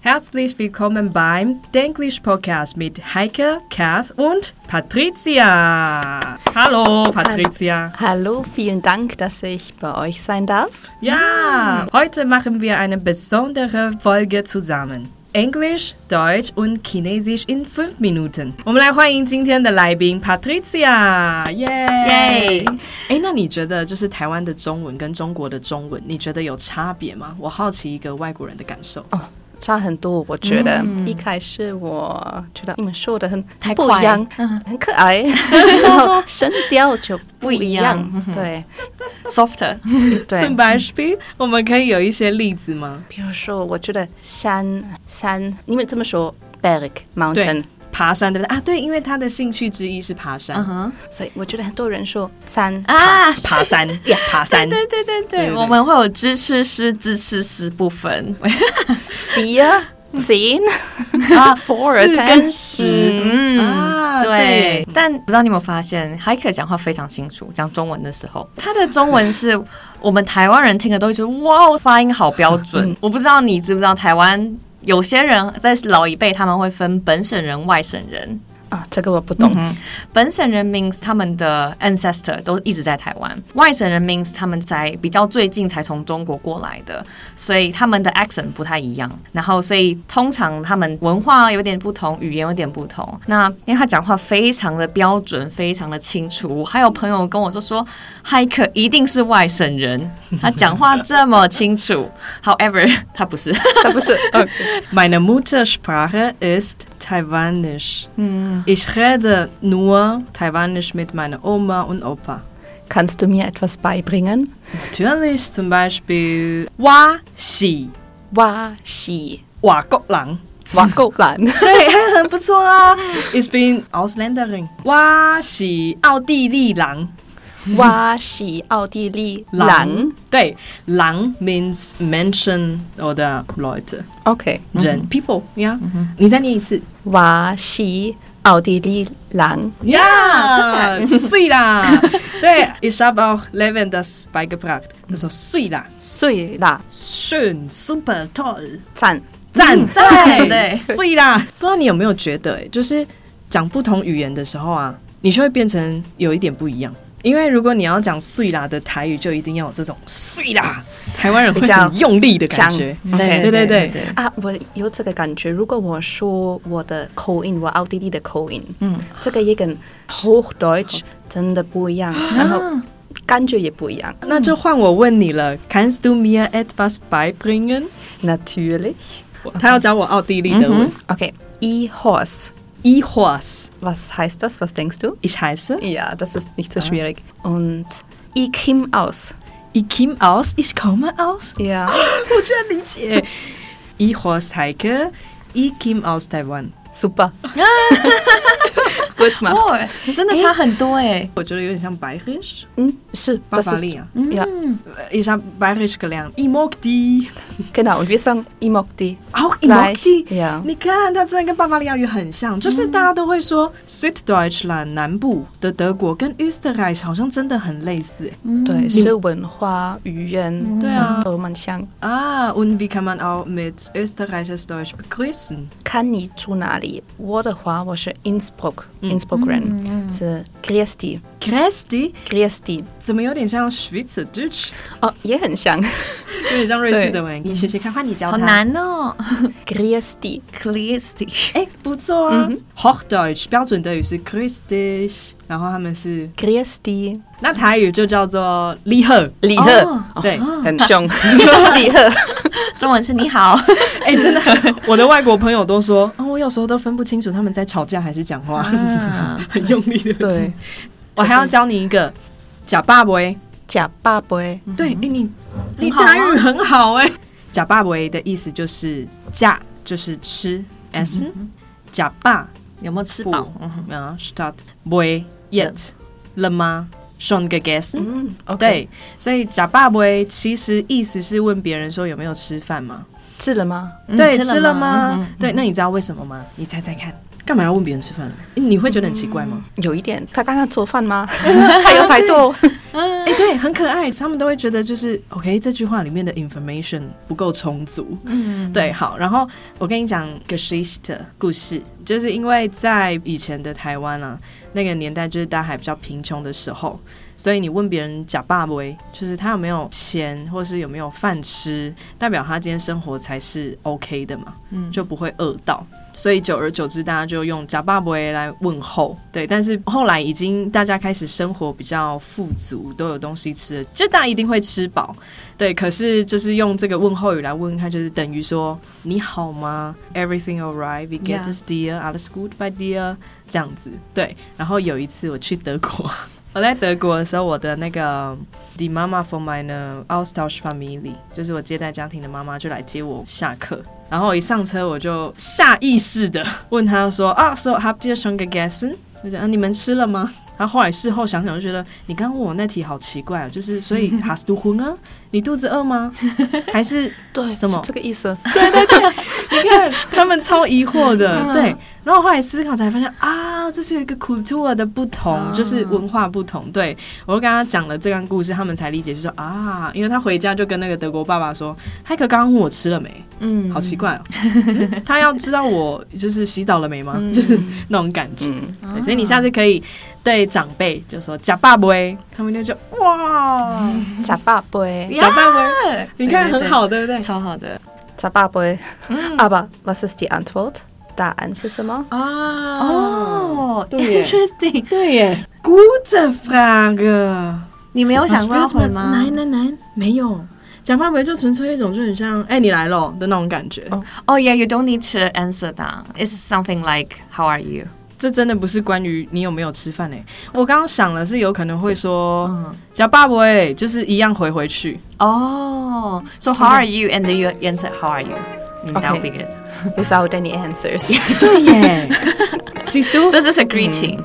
Herzlich willkommen beim Denglish Podcast mit Heike, Kath und Patricia. Hallo, Patricia. Hallo, vielen Dank, dass ich bei euch sein darf. Ja, heute machen wir eine besondere Folge zusammen. Englisch, Deutsch und Chinesisch in fünf Minuten. Um 我们来欢迎今天的来宾 Patricia，耶！耶哎，Eh, 那你觉得就是台湾的中文跟中国的中文，你觉得有差别吗？我好奇一个外国人的感受。哦，差很多，我觉得、一开始我觉得你们说的很太不快一样，很可爱， 然后声调就不一 样不一样，对 softer，对 zum。Beispiel，我们可以有一些例子吗？比如说，我觉得山山，你们这么说 berg mountain，爬山对不对啊？对，因为他的兴趣之一是爬山，嗯哼，所以我觉得很多人说山啊，爬 山，爬山。对对对对对，我们会有知识师、自次师不分， vier zehn 啊 Ah, four 四 ten 跟十，嗯嗯。啊，对对，，但不知道你有没有发现，Hiker 讲话非常清楚，讲中文的时候，他的中文是我们台湾人听了都会觉得哇，发音好标准。我不知道你知不知道，台湾有些人在老一辈他们会分本省人、外省人，啊，这个我不懂。本省人 means 他们的 ancestor 都一直在台湾，外省人 means 他们在比较最近才从中国过来的，所以他们的 accent 不太一样。然后，所以通常他们文化有点不同，语言有点不同。那因为他讲话非常的标准，非常的清楚。我还有朋友跟我说说，Hiker 一定是外省 人，他讲话这么清楚。However，他 不是。他不是 meine Muttersprache ist Taiwanisch. Ich rede nur Taiwanisch mit meiner Oma und Opa. Kannst du mir etwas beibringen? Natürlich zum Beispiel Wa Xi 哇西 Wa Gok Lang. 哇够懒， Ich bin Ausländerin. Wa Xi Ao Di Li Lang. 哇西奥地利 Lang. 懒。对，Lang means Menschen oder Leute. OK，人、people Mhm. 呀、你再念一次哇西奥地利懒。呀， 碎啦，对，ich habe auch Levin das beigebracht，他说碎啦碎啦，schön super toll，赞，嗯赞 对对对碎啦。不知道你有没有觉得、欸，就是讲不同语言的时候啊，你就会变成有一点不一样。因为如果你要讲碎啦的台语，就一定要有这种碎啦，台湾人会比较很用力的感觉。强对对对对，啊！我有这个感觉。如果我说我的口音，我奥地利的口音，嗯，这个也跟 Hochdeutsch 真的不一样，然后感觉也不一样。那就换我问你了，Kannst du mir etwas beibringen？ Natürlich. 他要教我奥地利的文。 Okay. E-Horse. Ich heiße. Was heißt das? Was denkst du? Ich heiße. Ja, das ist nicht so schwierig. Und ich kim aus. Ich komme aus. Ich komme aus. Ja. 我居然理解。Ich heiße Heike. Ich komme aus Taiwan. Super. Gut gemacht. 哇， 真的差很多哎、我觉得有点像白 risch， Hm, Ist, 巴 das 伐 ist, 利亚。Mm. ja, Ich habe bayerisch gelernt. Ich mag die. genau. Und wir sagen Imokti. Auch ich mag Gleich, die. ja. 你看，它真的跟巴伐利亚语很像，就是大家都会说 Süddeutschland 南部的德国跟 Österreich 好像真的很类似。对，是文化、语言，对啊都蛮像。 Ah, und wie kann man auch mit österreichisches Deutsch begrüßen? 看你住哪里？我的话，我是 Innsbruck，Innsbruck 人，是 g r i s t i Grüß dich. g r i s t i 怎么有点像 Schweizerdeutsch，哦，也很 像有点像瑞士的文？你学学看，换你教他。好。难哦 g r i s t i c l e a s t y 哎，不错啊。Hochdeutsch 标准德语是 Grüß dich，然后他们是 g r i s t i 那台语就叫做立贺。李贺，哦对，很 凶，李贺，中文是你好， 哎，真的，我的外国朋友都说，哦，我有时候都分不清楚他们在吵架还是讲话， 啊很用力的。对， 我还要教你一个假爸喂。假爸杯，对，哎、你你好啊台语很好哎、假爸为的意思就是假就是吃 s，假爸有没有吃不饱？啊 start 为 yet 了吗？schon gegessen？、嗯，OK，对，所以假爸为其实意思是问别人说有没有吃饭吗？治了吗？嗯对，吃了吃了吗吗？嗯对，那你知道为什么吗？你猜猜看。干嘛要问别人吃饭？你会觉得很奇怪吗？有一点，他刚刚做饭吗？他有排豆，哎、对，很可爱，他们都会觉得就是 OK，这句话里面的 information 不够充足。嗯，对，好，然后我跟你讲个 s h i s t 故事，就是因为在以前的台湾啊，那个年代就是大家还比较贫穷的时候，所以你问别人假爸为，就是他有没有钱，或是有没有饭吃，代表他今天生活才是 OK 的嘛，嗯，就不会饿到。所以久而久之，大家就用假爸爸来问候，对。但是后来已经大家开始生活比较富足，都有东西吃了，就大家一定会吃饱，对。可是就是用这个问候语来问他，就是等于说你好吗？Everything alright? We get Yeah. this dear, alles gut bei dir？这样子，对。然后有一次我去德国， 我在德国的时候，我的那个 Die Mama von meiner Austausch Familie，就是我接待家庭的妈妈，就来接我下课。然后我一上车，我就下意识的问她说：“啊，so habt ihr schon gegessen？” 就讲、啊、你们吃了吗？然后后来事后想想，就觉得你刚刚问我那题好奇怪、哦，就是所以 hast du Hunger？你肚子饿吗？还是对，什么是这个意思？ 你看他们超疑惑的，对。然后后来思考才发现啊，这是有一个 culture 的不同，就是文化不同。对我就跟他讲了这段故事，他们才理解，就说啊，因为他回家就跟那个德国爸爸说，骇克刚刚问我吃了没，嗯好奇怪哦，嗯他要知道我就是洗澡了没吗？就是 那种感觉。嗯，对所以你下次可以对长辈就说假爸爸， 他们就觉得哇，假爸爸欸， 假爸爸，你看对对很好，对不对？超好的假爸爸欸。Aber 嗯 was ist die Antwort？答案是什么？啊哦对耶，interesting，对耶，Gute 啊 Frage。你没有想过啊要回吗？难难难，没有。讲范围就纯粹一种，就很像哎、你来了的那种感觉。哦 Oh yeah, you don't need to answer that. It's something like how are you? 这真的不是关于你有没有吃饭哎、我刚刚想的是有可能会说嗯“假爸爸”哎，就是一样回回 去。 Oh, so how are you? And then you answer how are you? 嗯 Okay. That would be good. Without any answers，对耶，See 这就是 greeting。